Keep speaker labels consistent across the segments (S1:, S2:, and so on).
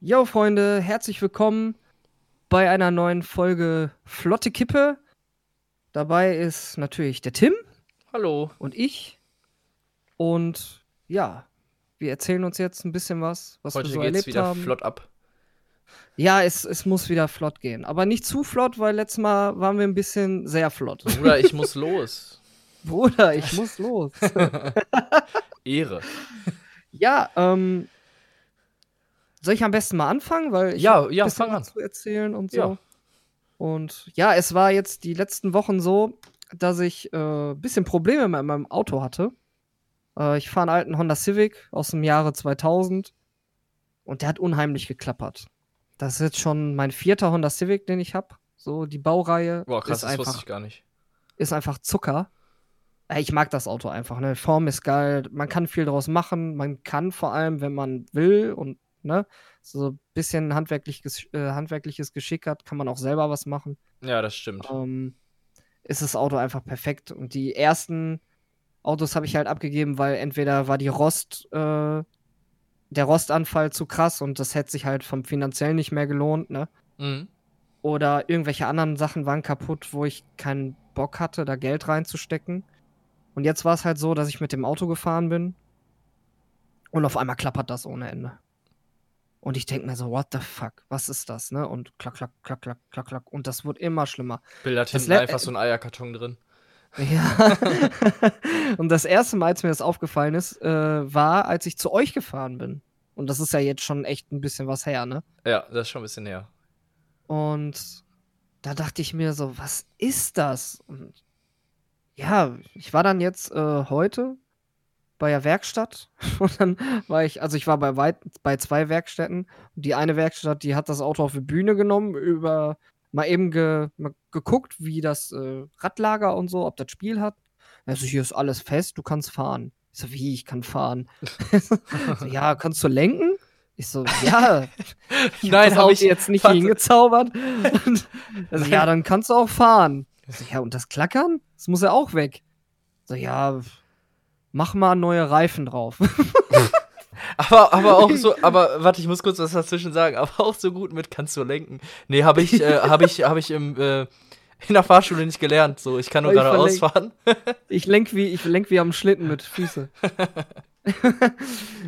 S1: Jo Freunde, herzlich willkommen bei einer neuen Folge Flotte Kippe. Dabei ist natürlich der Tim
S2: Hallo.
S1: und ich. Und ja, wir erzählen uns jetzt ein bisschen was, was
S2: Heute
S1: wir so
S2: geht's
S1: erlebt
S2: wieder
S1: haben.
S2: flott ab.
S1: Ja, es, es muss wieder flott gehen. Aber nicht zu flott, weil letztes Mal waren wir ein bisschen sehr flott.
S2: Bruder, ich muss los.
S1: Bruder, ich muss los.
S2: Ehre.
S1: Ja, ähm. Soll ich am besten mal anfangen? Weil ich
S2: Ja,
S1: hab ein
S2: ja,
S1: bisschen
S2: fang an.
S1: was zu erzählen und so.
S2: Ja.
S1: Und ja, es war jetzt die letzten Wochen so, dass ich ein äh, bisschen Probleme mit meinem Auto hatte. Äh, ich fahre einen alten Honda Civic aus dem Jahre 2000 und der hat unheimlich geklappert. Das ist jetzt schon mein vierter Honda Civic, den ich habe. So, die Baureihe
S2: Boah, krass,
S1: ist,
S2: das wusste
S1: einfach,
S2: ich gar nicht.
S1: ist einfach Zucker. Äh, Ich mag das Auto einfach. Ne? Form ist geil. Man kann viel draus machen. Man kann vor allem, wenn man will und ne, so ein bisschen handwerkliches, äh, handwerkliches Geschick hat, kann man auch selber was machen.
S2: Ja, das stimmt.
S1: Ähm, ist das Auto einfach perfekt. Und die ersten Autos habe ich halt abgegeben, weil entweder war die Rost, äh, der Rostanfall zu krass und das hätte sich halt vom finanziellen nicht mehr gelohnt, ne?
S2: Mhm.
S1: oder irgendwelche anderen Sachen waren kaputt, wo ich keinen Bock hatte, da Geld reinzustecken. Und jetzt war es halt so, dass ich mit dem Auto gefahren bin und auf einmal klappert das ohne Ende. Und ich denke mir so, what the fuck, was ist das, ne? Und klack, klack, klack, klack, klack, klack. Und das wurde immer schlimmer.
S2: Bild hat
S1: Das
S2: hinten
S1: Le-
S2: einfach so ein Eierkarton drin.
S1: Ja. und das erste Mal, als mir das aufgefallen ist, äh, war, als ich zu euch gefahren bin. Und das ist ja jetzt schon echt ein bisschen was her, ne?
S2: Ja, das ist schon ein bisschen näher.
S1: Und da dachte ich mir so, was ist das? Und ja, ich war dann jetzt äh, heute bei der Werkstatt und dann war ich, also ich war bei, weit, bei zwei Werkstätten und die eine Werkstatt, die hat das Auto auf die Bühne genommen, über mal eben ge, mal geguckt, wie das äh, Radlager und so, ob das Spiel hat. Also hier ist alles fest, du kannst fahren. Ich so, wie, ich kann fahren? so, ja, kannst du lenken? Ich so, ja, ich Nein,
S2: Nein,
S1: das
S2: hab
S1: Auto
S2: ich-
S1: jetzt nicht
S2: warte.
S1: hingezaubert. Und, also,
S2: Nein.
S1: ja, dann kannst du auch fahren. Ich So, ja, und das Klackern? Das muss ja auch weg. So, ja, mach mal neue Reifen drauf.
S2: Aber, aber auch so, aber warte, ich muss kurz was dazwischen sagen, aber auch so gut mit kannst du lenken. Nee, habe ich, äh, habe ich, habe ich im, äh, in der Fahrschule nicht gelernt. So, ich kann nur
S1: Hab ich
S2: geradeaus fahren.
S1: Ich lenk wie, ich lenk wie am Schlitten mit Füße.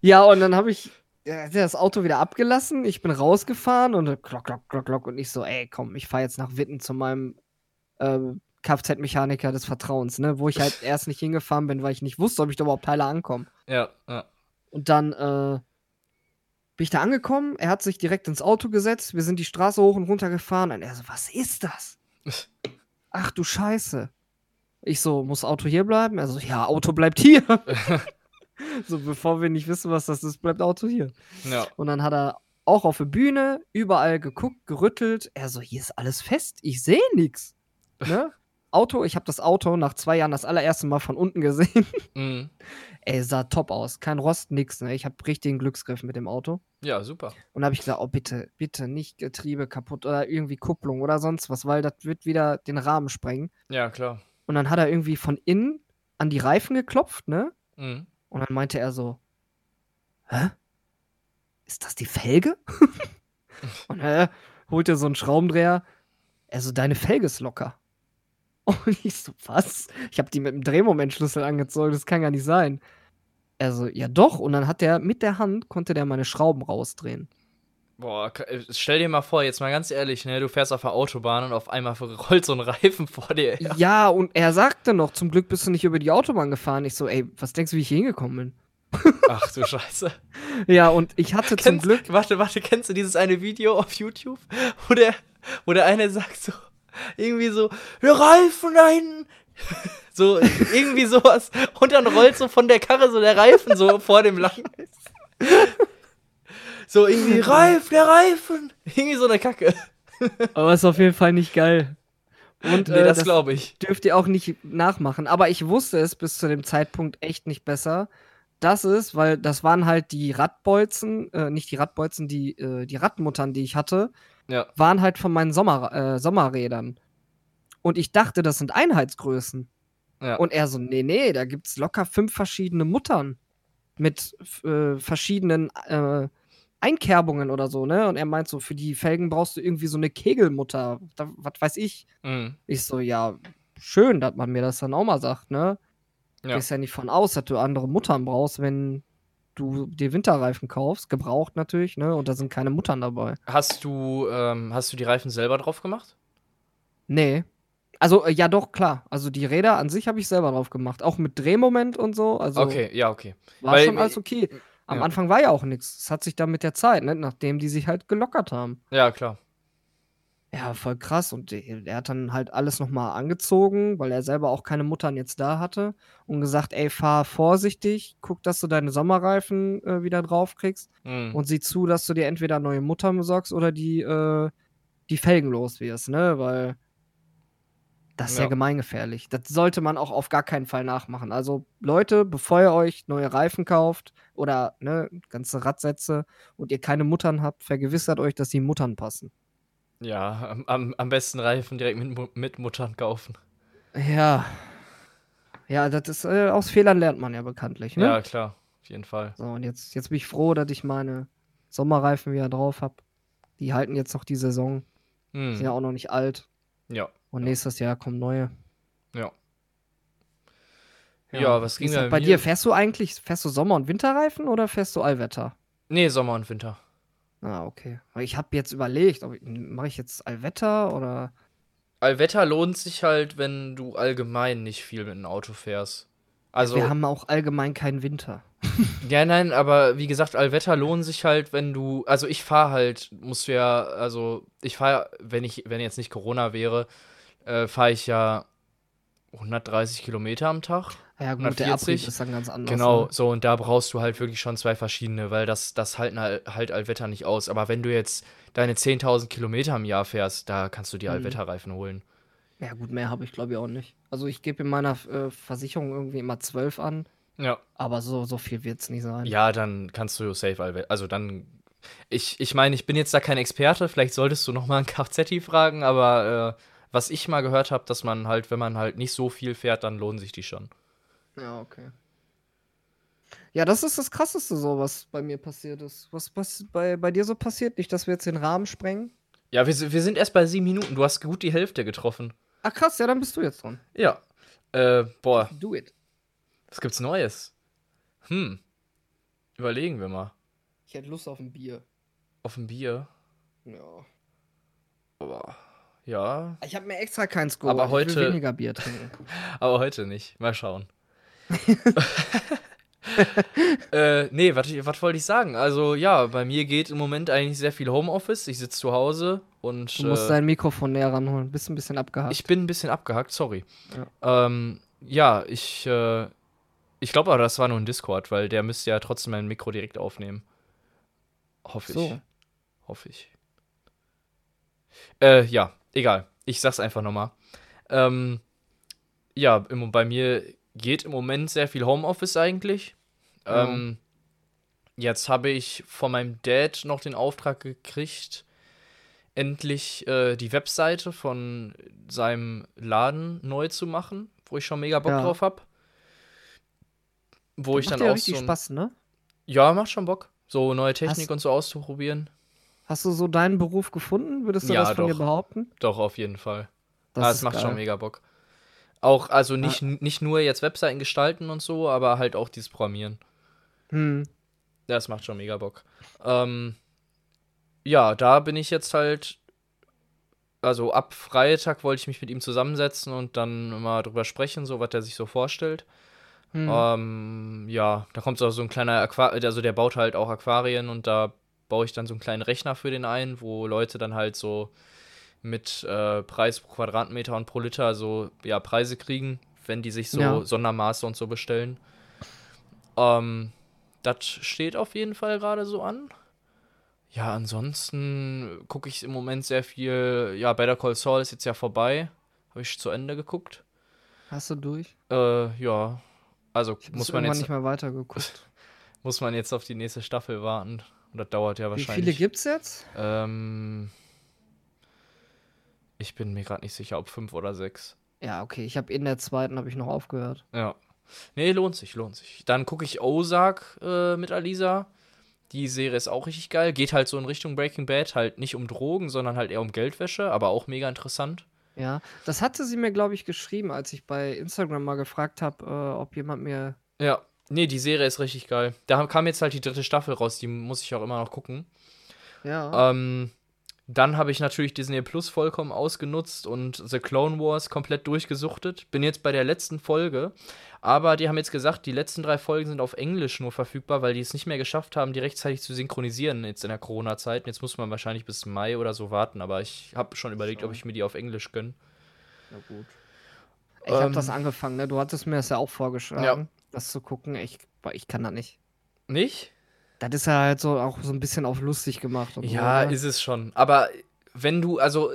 S1: ja, und dann habe ich äh, das Auto wieder abgelassen. Ich bin rausgefahren und klock, klock, klock, klock. Und ich so, ey, komm, ich fahre jetzt nach Witten zu meinem ähm, Kfz-Mechaniker des Vertrauens, ne? Wo ich halt erst nicht hingefahren bin, weil ich nicht wusste, ob ich da überhaupt Teile ankomme.
S2: Ja, ja.
S1: Und dann äh, bin ich da angekommen. Er hat sich direkt ins Auto gesetzt. Wir sind die Straße hoch und runter gefahren. Und er so, was ist das? Ach du Scheiße. Ich so, muss Auto hier bleiben? Er so, ja, Auto bleibt hier. so, bevor wir nicht wissen, was das ist, bleibt Auto hier.
S2: ja.
S1: Und dann hat er auch auf der Bühne überall geguckt, gerüttelt. Er so, hier ist alles fest. Ich sehe nichts. Ne? Auto, ich habe das Auto nach zwei Jahren das allererste Mal von unten gesehen.
S2: Mhm.
S1: Ey, sah top aus. Kein Rost, nix. Ne? Ich hab richtigen Glücksgriff mit dem Auto.
S2: Ja, super.
S1: Und habe ich gesagt, oh bitte, bitte nicht Getriebe kaputt oder irgendwie Kupplung oder sonst was, weil das wird wieder den Rahmen sprengen.
S2: Ja, klar.
S1: Und dann hat er irgendwie von innen an die Reifen geklopft, ne?
S2: Mhm.
S1: Und dann meinte er so, hä? Ist das die Felge? Und äh, holt er so einen Schraubendreher. Also deine Felge ist locker. Und ich so, was? Ich habe die mit dem Drehmomentschlüssel angezogen, das kann gar nicht sein. Also, ja doch. Und dann hat der mit der Hand, konnte der meine Schrauben rausdrehen.
S2: Boah, k- äh, stell dir mal vor, jetzt mal ganz ehrlich, ne, du fährst auf der Autobahn und auf einmal rollt so ein Reifen vor dir her.
S1: Ja. und er sagte noch, zum Glück bist du nicht über die Autobahn gefahren. Ich so, ey, was denkst du, wie ich hier hingekommen
S2: Ach du Scheiße.
S1: bin? Ja, und ich hatte zum
S2: Kennst,
S1: Glück.
S2: Warte, warte, kennst du dieses eine Video auf YouTube, wo der, wo der eine sagt so, irgendwie so, der Reifen da hinten. So, irgendwie sowas. Und dann rollt so von der Karre so der Reifen so vor dem lang. So, irgendwie, Reif, der Reifen. Irgendwie so eine Kacke.
S1: Aber ist auf jeden Fall nicht geil. Und
S2: Nee,
S1: äh,
S2: das
S1: das
S2: glaube ich.
S1: dürft ihr auch nicht nachmachen. Aber ich wusste es bis zu dem Zeitpunkt echt nicht besser. Das ist, weil das waren halt die Radbolzen, äh, nicht die Radbolzen, die, äh, die Radmuttern, die ich hatte,
S2: Ja.
S1: waren halt von meinen Sommer, äh, Sommerrädern. Und ich dachte, das sind Einheitsgrößen.
S2: Ja.
S1: Und er so, nee, nee, da gibt's locker fünf verschiedene Muttern mit f- äh, verschiedenen äh, Einkerbungen oder so, ne? Und er meint so, für die Felgen brauchst du irgendwie so eine Kegelmutter, da, was weiß ich.
S2: Mhm.
S1: Ich so, ja, schön, dass man mir das dann auch mal sagt, ne?
S2: Ja.
S1: Gehst ja nicht von aus, dass du andere Muttern brauchst, wenn du dir Winterreifen kaufst, gebraucht natürlich, ne? Und da sind keine Muttern dabei.
S2: Hast du, ähm, hast du die Reifen selber drauf gemacht?
S1: Nee. Also, äh, ja, doch, klar. Also, die Räder an sich habe ich selber drauf gemacht. Auch mit Drehmoment und so. Also,
S2: Okay, ja, okay.
S1: war
S2: weil-
S1: schon alles okay. Am
S2: ja.
S1: Anfang war ja auch nichts. Es hat sich dann mit der Zeit, ne? nachdem die sich halt gelockert haben.
S2: Ja, klar.
S1: Ja, voll krass. Und äh, er hat dann halt alles nochmal angezogen, weil er selber auch keine Muttern jetzt da hatte. Und gesagt, ey, fahr vorsichtig, guck, dass du deine Sommerreifen äh, wieder draufkriegst.
S2: Mhm.
S1: und sieh zu, dass du dir entweder neue Muttern besorgst oder die, äh, die Felgen los wirst, ne? Weil das ist ja.
S2: Ja.
S1: gemeingefährlich. Das sollte man auch auf gar keinen Fall nachmachen. Also, Leute, bevor ihr euch neue Reifen kauft oder ne, ganze Radsätze und ihr keine Muttern habt, vergewissert euch, dass die Muttern passen.
S2: Ja, am- am, am besten Reifen direkt mit, Mu- mit Muttern kaufen.
S1: Ja. Ja, das ist, äh, aus Fehlern lernt man ja bekanntlich, ne?
S2: Ja, klar. Auf jeden Fall.
S1: So, und jetzt, jetzt bin ich froh, dass ich meine Sommerreifen wieder drauf habe. Die halten jetzt noch die Saison.
S2: Mhm.
S1: Sind ja auch noch nicht alt.
S2: Ja.
S1: Und
S2: Ja.
S1: nächstes Jahr kommen neue.
S2: Ja. Ja, was
S1: Wie
S2: ging
S1: ist das
S2: da
S1: bei
S2: mir?
S1: dir? Fährst du eigentlich, fährst du Sommer- und Winterreifen oder fährst du Allwetter?
S2: Nee, Sommer und Winter.
S1: Ah, okay. Weil Ich habe jetzt überlegt, mache ich jetzt Allwetter oder.
S2: Allwetter lohnt sich halt, wenn du allgemein nicht viel mit dem Auto fährst. Also,
S1: Wir haben auch allgemein keinen Winter.
S2: ja, nein, aber wie gesagt, Allwetter lohnen sich halt, wenn du, also ich fahre halt, musst du ja, also ich fahre, wenn ich, wenn jetzt nicht Corona wäre, äh, fahre ich ja 130 Kilometer am Tag.
S1: Ja, gut, der
S2: 140?
S1: Abrieb ist dann ganz anders.
S2: Genau,
S1: ne?
S2: so und da brauchst du halt wirklich schon zwei verschiedene, weil das, das halten halt, halt Allwetter nicht aus. Aber wenn du jetzt deine 10.000 Kilometer im Jahr fährst, da kannst du dir
S1: Mhm.
S2: Allwetterreifen holen.
S1: Ja, gut, mehr habe ich, glaube ich, auch nicht. Also, ich gebe in meiner äh, Versicherung irgendwie immer 12 an,
S2: Ja.
S1: aber so, so viel wird es nicht sein.
S2: Ja, dann kannst du safe Allwetter. Also dann. Ich, ich meine, ich bin jetzt da kein Experte, vielleicht solltest du nochmal einen Kfz fragen, aber äh, was ich mal gehört habe, dass man halt, wenn man halt nicht so viel fährt, dann lohnen sich die schon.
S1: Ja, okay. Ja, das ist das Krasseste, so was bei mir passiert ist. Was, was bei, bei dir so passiert? Nicht, dass wir jetzt den Rahmen sprengen.
S2: Ja, wir, sind- wir sind erst bei sieben Minuten, du hast gut die Hälfte getroffen.
S1: Ah, krass, ja, dann bist du jetzt dran.
S2: Ja. Äh, boah.
S1: Do it.
S2: Was gibt's Neues? Hm. Überlegen wir mal.
S1: Ich hätte Lust auf ein Bier.
S2: Auf ein Bier.
S1: Ja.
S2: Boah. Ja.
S1: Ich habe mir extra keins geholt.
S2: Aber
S1: ich will
S2: heute-
S1: weniger Bier trinken.
S2: Aber heute nicht. Mal schauen. äh, nee, was ich- was wollte ich sagen? Also ja, bei mir geht im Moment eigentlich sehr viel Homeoffice. Ich sitze zu Hause und
S1: Du musst
S2: äh,
S1: dein Mikrofon näher ranholen. Bist ein bisschen abgehakt.
S2: ich bin ein bisschen abgehackt, sorry. Ja, ähm, ja ich, äh, ich glaube aber, das war nur ein Discord, weil der müsste ja trotzdem mein Mikro direkt aufnehmen. Hoffe ich.
S1: So.
S2: Hoffe ich. Äh, ja, egal. Ich sag's einfach nochmal. Ähm, ja, im, bei mir geht im Moment sehr viel Homeoffice eigentlich.
S1: Ja.
S2: Ähm, Jetzt habe ich von meinem Dad noch den Auftrag gekriegt, endlich äh, die Webseite von seinem Laden neu zu machen, wo ich schon mega Bock
S1: Ja.
S2: drauf habe. Wo ich
S1: Macht
S2: dann
S1: dir
S2: auch
S1: richtig
S2: so ein,
S1: Spaß, ne?
S2: Ja, macht schon Bock, so neue Technik
S1: Hast-
S2: und so auszuprobieren.
S1: Hast du so deinen Beruf gefunden? Würdest du
S2: Ja,
S1: das von dir
S2: doch.
S1: behaupten?
S2: Doch, auf jeden Fall.
S1: Das
S2: ah,
S1: ist
S2: es macht schon
S1: geil.
S2: mega Bock. Auch, also nicht, nicht nur jetzt Webseiten gestalten und so, aber halt auch dieses Programmieren.
S1: Hm.
S2: Das macht schon mega Bock. Ähm, ja, da bin ich jetzt halt. Also ab Freitag wollte ich mich mit ihm zusammensetzen und dann mal drüber sprechen, so was er sich so vorstellt.
S1: Hm.
S2: Ähm, ja, da kommt so so ein kleiner Aquarium, also der baut halt auch Aquarien und da baue ich dann so einen kleinen Rechner für den ein, wo Leute dann halt so mit äh, Preis pro Quadratmeter und pro Liter so ja, Preise kriegen, wenn die sich so
S1: Ja.
S2: Sondermaße und so bestellen. Ähm, das steht auf jeden Fall gerade so an. Ja, ansonsten gucke ich im Moment sehr viel. Ja, Better Call Saul ist jetzt ja vorbei. Habe ich zu Ende geguckt.
S1: Hast du durch?
S2: Äh, ja. Also
S1: Ich hab
S2: muss
S1: das irgendwann
S2: man jetzt
S1: nicht mehr weitergeguckt.
S2: muss man jetzt auf die nächste Staffel warten. Und das dauert ja
S1: Wie
S2: wahrscheinlich.
S1: viele gibt's jetzt?
S2: Ähm, ich bin mir gerade nicht sicher, ob fünf oder sechs.
S1: Ja, okay. Ich habe in der zweiten habe ich noch aufgehört.
S2: Ja. Nee, lohnt sich, lohnt sich. Dann gucke ich Ozark äh, mit Alisa. Die Serie ist auch richtig geil. Geht halt so in Richtung Breaking Bad, halt nicht um Drogen, sondern halt eher um Geldwäsche, aber auch mega interessant.
S1: Ja, das hatte sie mir, glaube ich, geschrieben, als ich bei Instagram mal gefragt habe, äh, ob jemand mir.
S2: Ja, nee, die Serie ist richtig geil. Da ham- kam jetzt halt die dritte Staffel raus, die muss ich auch immer noch gucken.
S1: Ja.
S2: Ähm, dann habe ich natürlich Disney Plus vollkommen ausgenutzt und The Clone Wars komplett durchgesuchtet. Bin jetzt bei der letzten Folge. Aber die haben jetzt gesagt, die letzten drei Folgen sind auf Englisch nur verfügbar, weil die es nicht mehr geschafft haben, die rechtzeitig zu synchronisieren jetzt in der Corona-Zeit. Und Jetzt muss man wahrscheinlich bis Mai oder so warten. Aber ich habe schon überlegt, ob ich mir die auf Englisch gönne.
S1: ja gut. Ich habe
S2: ähm,
S1: das angefangen, ne? Du hattest mir das ja auch vorgeschlagen, das zu gucken. Ich, boah, ich kann das nicht.
S2: Nicht?
S1: Das ist ja halt so auch so ein bisschen auf lustig gemacht. Und
S2: Ja,
S1: so, ne?
S2: ist es schon. Aber wenn du, also,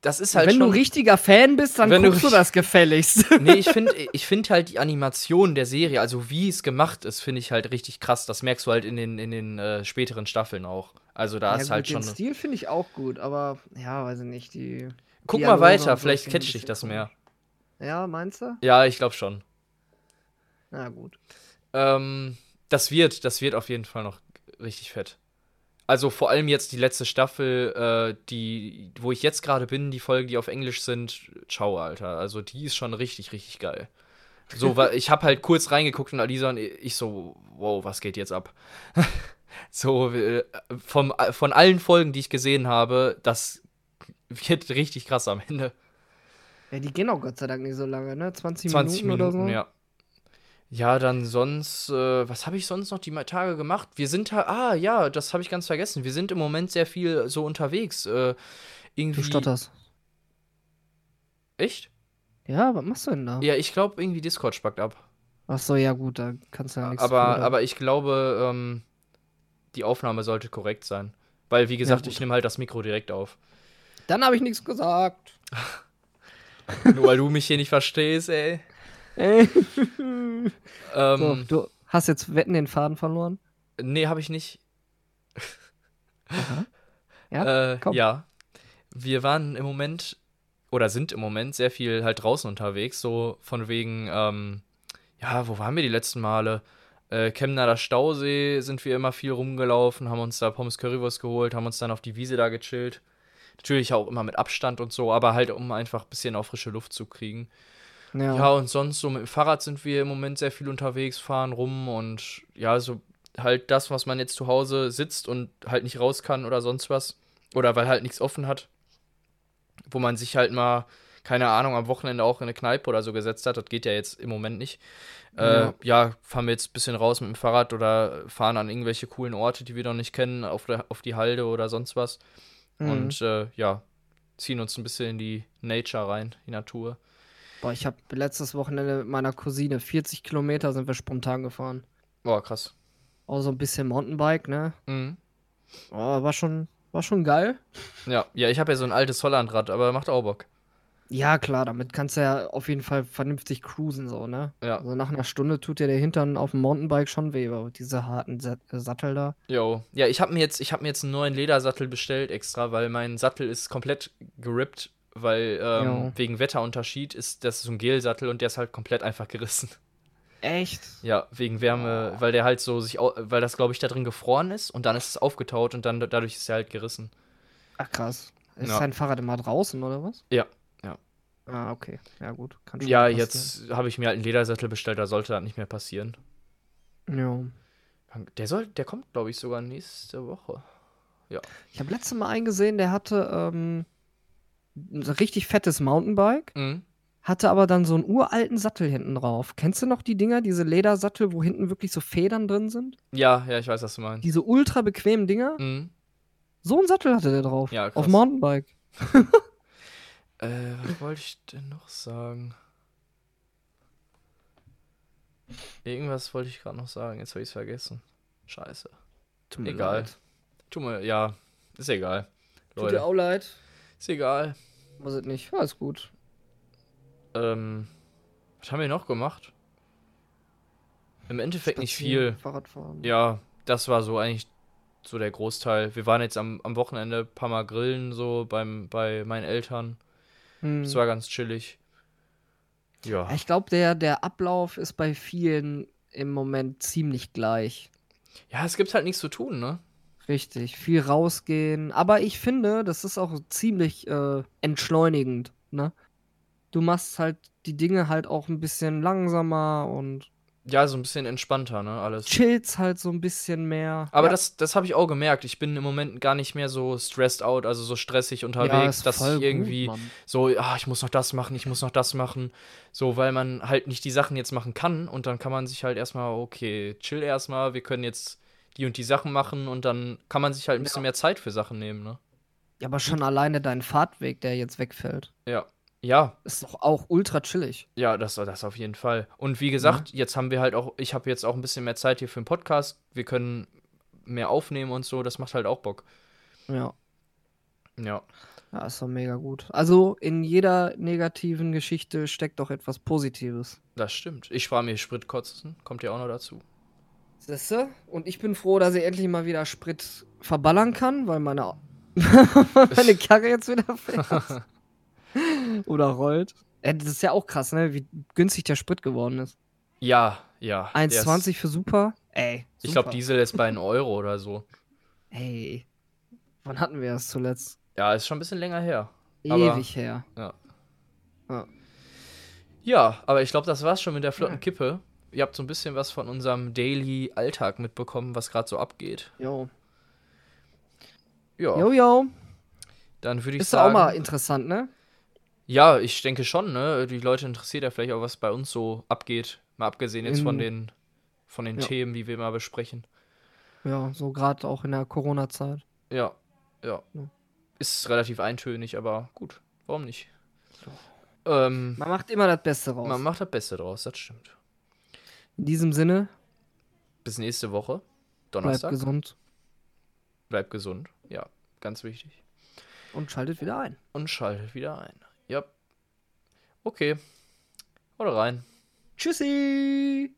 S2: das ist halt
S1: Wenn du
S2: schon.
S1: richtiger Fan bist, dann
S2: Wenn du
S1: guckst du
S2: richtig-
S1: das gefälligst.
S2: nee, ich finde ich find halt die Animation der Serie, also wie es gemacht ist, finde ich halt richtig krass. Das merkst du halt in den, in den äh, späteren Staffeln auch. Also da ist
S1: gut,
S2: halt
S1: den
S2: schon.
S1: Stil finde ich auch gut, aber ja, weiß ich nicht. Die,
S2: Guck mal
S1: Dialoge
S2: weiter,
S1: und so
S2: vielleicht
S1: sind ein
S2: catcht dich
S1: bisschen
S2: das mehr.
S1: ja, meinst du?
S2: Ja, ich glaube schon.
S1: Na gut.
S2: Ähm, das wird, das wird auf jeden Fall noch richtig fett. Also vor allem jetzt die letzte Staffel, äh, die, wo ich jetzt gerade bin, die Folgen, die auf Englisch sind, ciao, Alter. Also die ist schon richtig, richtig geil. So, weil ich habe halt kurz reingeguckt und Alisa und ich so, wow, was geht jetzt ab? so, äh, vom, von allen Folgen, die ich gesehen habe, das wird richtig krass am Ende.
S1: Ja, die gehen auch Gott sei Dank nicht so lange, ne? 20,
S2: 20 Minuten,
S1: Minuten, oder so.
S2: ja. Ja, dann sonst, äh, was habe ich sonst noch die Ma- Tage gemacht? Wir sind da, ah ja, das habe ich ganz vergessen. Wir sind im Moment sehr viel so unterwegs. Äh, irgendwie.
S1: Du stotterst.
S2: Echt?
S1: Ja, was machst du denn da?
S2: Ja, ich glaube, irgendwie Discord spackt ab.
S1: Ach so, ja gut, da kannst du ja nichts
S2: aber,
S1: tun,
S2: aber ich glaube, ähm, die Aufnahme sollte korrekt sein. Weil, wie gesagt,
S1: gut.
S2: ich nehme halt das Mikro direkt auf.
S1: Dann habe ich nichts gesagt.
S2: Nur weil du mich hier nicht verstehst, ey.
S1: Ey.
S2: Ähm,
S1: So, du hast jetzt wetten den Faden verloren.
S2: Nee, habe ich nicht.
S1: Ja,
S2: äh,
S1: komm.
S2: ja. Wir waren im Moment oder sind im Moment sehr viel halt draußen unterwegs, so von wegen, ähm, ja, wo waren wir die letzten Male? Äh, Chemnader Stausee sind wir immer viel rumgelaufen, haben uns da Pommes Currywurst geholt, haben uns dann auf die Wiese da gechillt. Natürlich auch immer mit Abstand und so, aber halt, um einfach ein bisschen auch frische Luft zu kriegen.
S1: Ja.
S2: Ja, und sonst so mit dem Fahrrad sind wir im Moment sehr viel unterwegs, fahren rum und ja, so halt das, was man jetzt zu Hause sitzt und halt nicht raus kann oder sonst was. Oder weil halt nichts offen hat. Wo man sich halt mal, keine Ahnung, am Wochenende auch in eine Kneipe oder so gesetzt hat. Das geht ja jetzt im Moment nicht. Äh,
S1: Ja.
S2: ja. fahren wir jetzt ein bisschen raus mit dem Fahrrad oder fahren an irgendwelche coolen Orte, die wir noch nicht kennen, auf, der, auf die Halde oder sonst was.
S1: Mhm.
S2: Und äh, ja, ziehen uns ein bisschen in die Nature rein, die Natur.
S1: Boah, ich habe letztes Wochenende mit meiner Cousine 40 Kilometer sind wir spontan gefahren.
S2: Boah, krass.
S1: Auch so ein bisschen Mountainbike, ne?
S2: Mhm.
S1: Oh, war schon, war schon geil.
S2: Ja, ja, ich habe ja so ein altes Hollandrad, aber macht auch Bock.
S1: Ja, klar, damit kannst du ja auf jeden Fall vernünftig cruisen, so, ne?
S2: Ja.
S1: Also nach einer Stunde tut dir der Hintern auf dem Mountainbike schon weh, aber diese harten Sa äh, Sattel da.
S2: Jo. Ja, ich habe mir jetzt, ich habe mir jetzt einen neuen Ledersattel bestellt extra, weil mein Sattel ist komplett gerippt, weil
S1: Jo.
S2: ähm, wegen Wetterunterschied ist das ist so ein Gelsattel und der ist halt komplett einfach gerissen.
S1: Echt?
S2: Ja, wegen Wärme, weil der halt so sich, au- weil das glaube ich da drin gefroren ist und dann ist es aufgetaut und dann dadurch ist er halt gerissen.
S1: Ach krass. Ist
S2: Ja.
S1: dein Fahrrad immer draußen, oder was?
S2: Ja, ja.
S1: Ah, okay. Ja, gut. Kann schon
S2: Ja,
S1: mal passieren.
S2: jetzt habe ich mir halt einen Ledersattel bestellt, da sollte das nicht mehr passieren.
S1: Ja.
S2: Der soll, der kommt glaube ich sogar nächste Woche.
S1: Ich habe letztes Mal einen gesehen, der hatte ähm, ein richtig fettes Mountainbike,
S2: Mhm.
S1: hatte aber dann so einen uralten Sattel hinten drauf. Kennst du noch die Dinger, diese Ledersattel, wo hinten wirklich so Federn drin sind?
S2: Ja, ja, ich weiß, was du meinst.
S1: Diese ultra bequemen Dinger?
S2: Mhm.
S1: So einen Sattel hatte der drauf.
S2: Ja, krass.
S1: auf Mountainbike.
S2: Äh, was wollte ich denn noch sagen? Irgendwas wollte ich gerade noch sagen, jetzt habe ich es vergessen. Scheiße.
S1: Tut
S2: Egal.
S1: leid.
S2: Tu mir, ja, ist egal.
S1: Tut dir
S2: Leute,
S1: auch leid.
S2: ist egal.
S1: Muss es nicht. Ja, ist gut.
S2: Ähm, was haben wir noch gemacht? Im Endeffekt nicht viel.
S1: Spazieren, Fahrradfahren.
S2: Ja, das war so eigentlich so der Großteil. Wir waren jetzt am, am Wochenende ein paar Mal grillen, so beim, bei meinen Eltern.
S1: Hm.
S2: Das war ganz chillig. Ja.
S1: Ja, Ich glaube, der, der Ablauf ist bei vielen im Moment ziemlich gleich.
S2: Ja, es gibt halt nichts zu tun, ne?
S1: Richtig, viel rausgehen. Aber ich finde, das ist auch ziemlich äh, entschleunigend, ne? Du machst halt die Dinge halt auch ein bisschen langsamer und
S2: Ja, so ein bisschen entspannter, ne? Alles.
S1: chillst halt so ein bisschen mehr.
S2: Aber
S1: ja,
S2: das, das habe ich auch gemerkt. Ich bin im Moment gar nicht mehr so stressed out, also so stressig
S1: ja,
S2: unterwegs,
S1: ist
S2: dass
S1: voll
S2: ich irgendwie
S1: Gut, Mann.
S2: so, ah, ich muss noch das machen, ich muss noch das machen. So, weil man halt nicht die Sachen jetzt machen kann und dann kann man sich halt erstmal, okay, chill erstmal, wir können jetzt die und die Sachen machen und dann kann man sich halt ein bisschen mehr Zeit für Sachen nehmen, ne?
S1: ja, aber schon alleine dein Fahrtweg, der jetzt wegfällt,
S2: Ja. Ja,
S1: ist doch auch ultra chillig.
S2: ja, das, das auf jeden Fall. Und wie gesagt,
S1: Mhm.
S2: jetzt haben wir halt auch, ich habe jetzt auch ein bisschen mehr Zeit hier für den Podcast. Wir können mehr aufnehmen und so, das macht halt auch Bock.
S1: Ja.
S2: Ja.
S1: Ja, ist doch mega gut. Also in jeder negativen Geschichte steckt doch etwas Positives.
S2: Das stimmt. Ich spare mir Spritkotzen, kommt ja auch noch dazu.
S1: Sisse. Und ich bin froh, dass ich endlich mal wieder Sprit verballern kann, weil meine, meine Karre jetzt wieder fährt. Oder rollt. Äh, Das ist ja auch krass, ne? Wie günstig der Sprit geworden ist.
S2: Ja, ja. der ist-
S1: 1,20 für Super. Ey. Super.
S2: Ich glaube, Diesel ist bei 1 Euro oder so.
S1: Ey. Wann hatten wir das zuletzt?
S2: Ja, ist schon ein bisschen länger her. Aber-
S1: Ewig her.
S2: Ja, aber ich glaube, das war's schon mit der flotten Kippe. Ihr habt so ein bisschen was von unserem Daily Alltag mitbekommen, was gerade so abgeht.
S1: Jo.
S2: Ja,
S1: Jo, jo.
S2: dann würde ich
S1: Ist ja
S2: sagen.
S1: auch mal interessant, ne?
S2: Ja, ich denke schon, ne? Die Leute interessiert ja vielleicht auch, was bei uns so abgeht. Mal abgesehen jetzt von
S1: In-
S2: den, von den
S1: Ja.
S2: Themen, die wir mal besprechen.
S1: Ja, so gerade auch in der Corona-Zeit.
S2: Ja, ja.
S1: Ja.
S2: Ist relativ eintönig, aber gut, warum nicht? Ähm,
S1: Man macht immer das Beste raus.
S2: man macht das Beste draus, das stimmt.
S1: in diesem Sinne,
S2: Bis nächste Woche.
S1: bleibt
S2: Donnerstag.
S1: gesund
S2: Bleibt gesund. Ja, ganz wichtig.
S1: und schaltet wieder ein.
S2: und schaltet wieder ein. Ja. Okay. Oder rein.
S1: Tschüssi!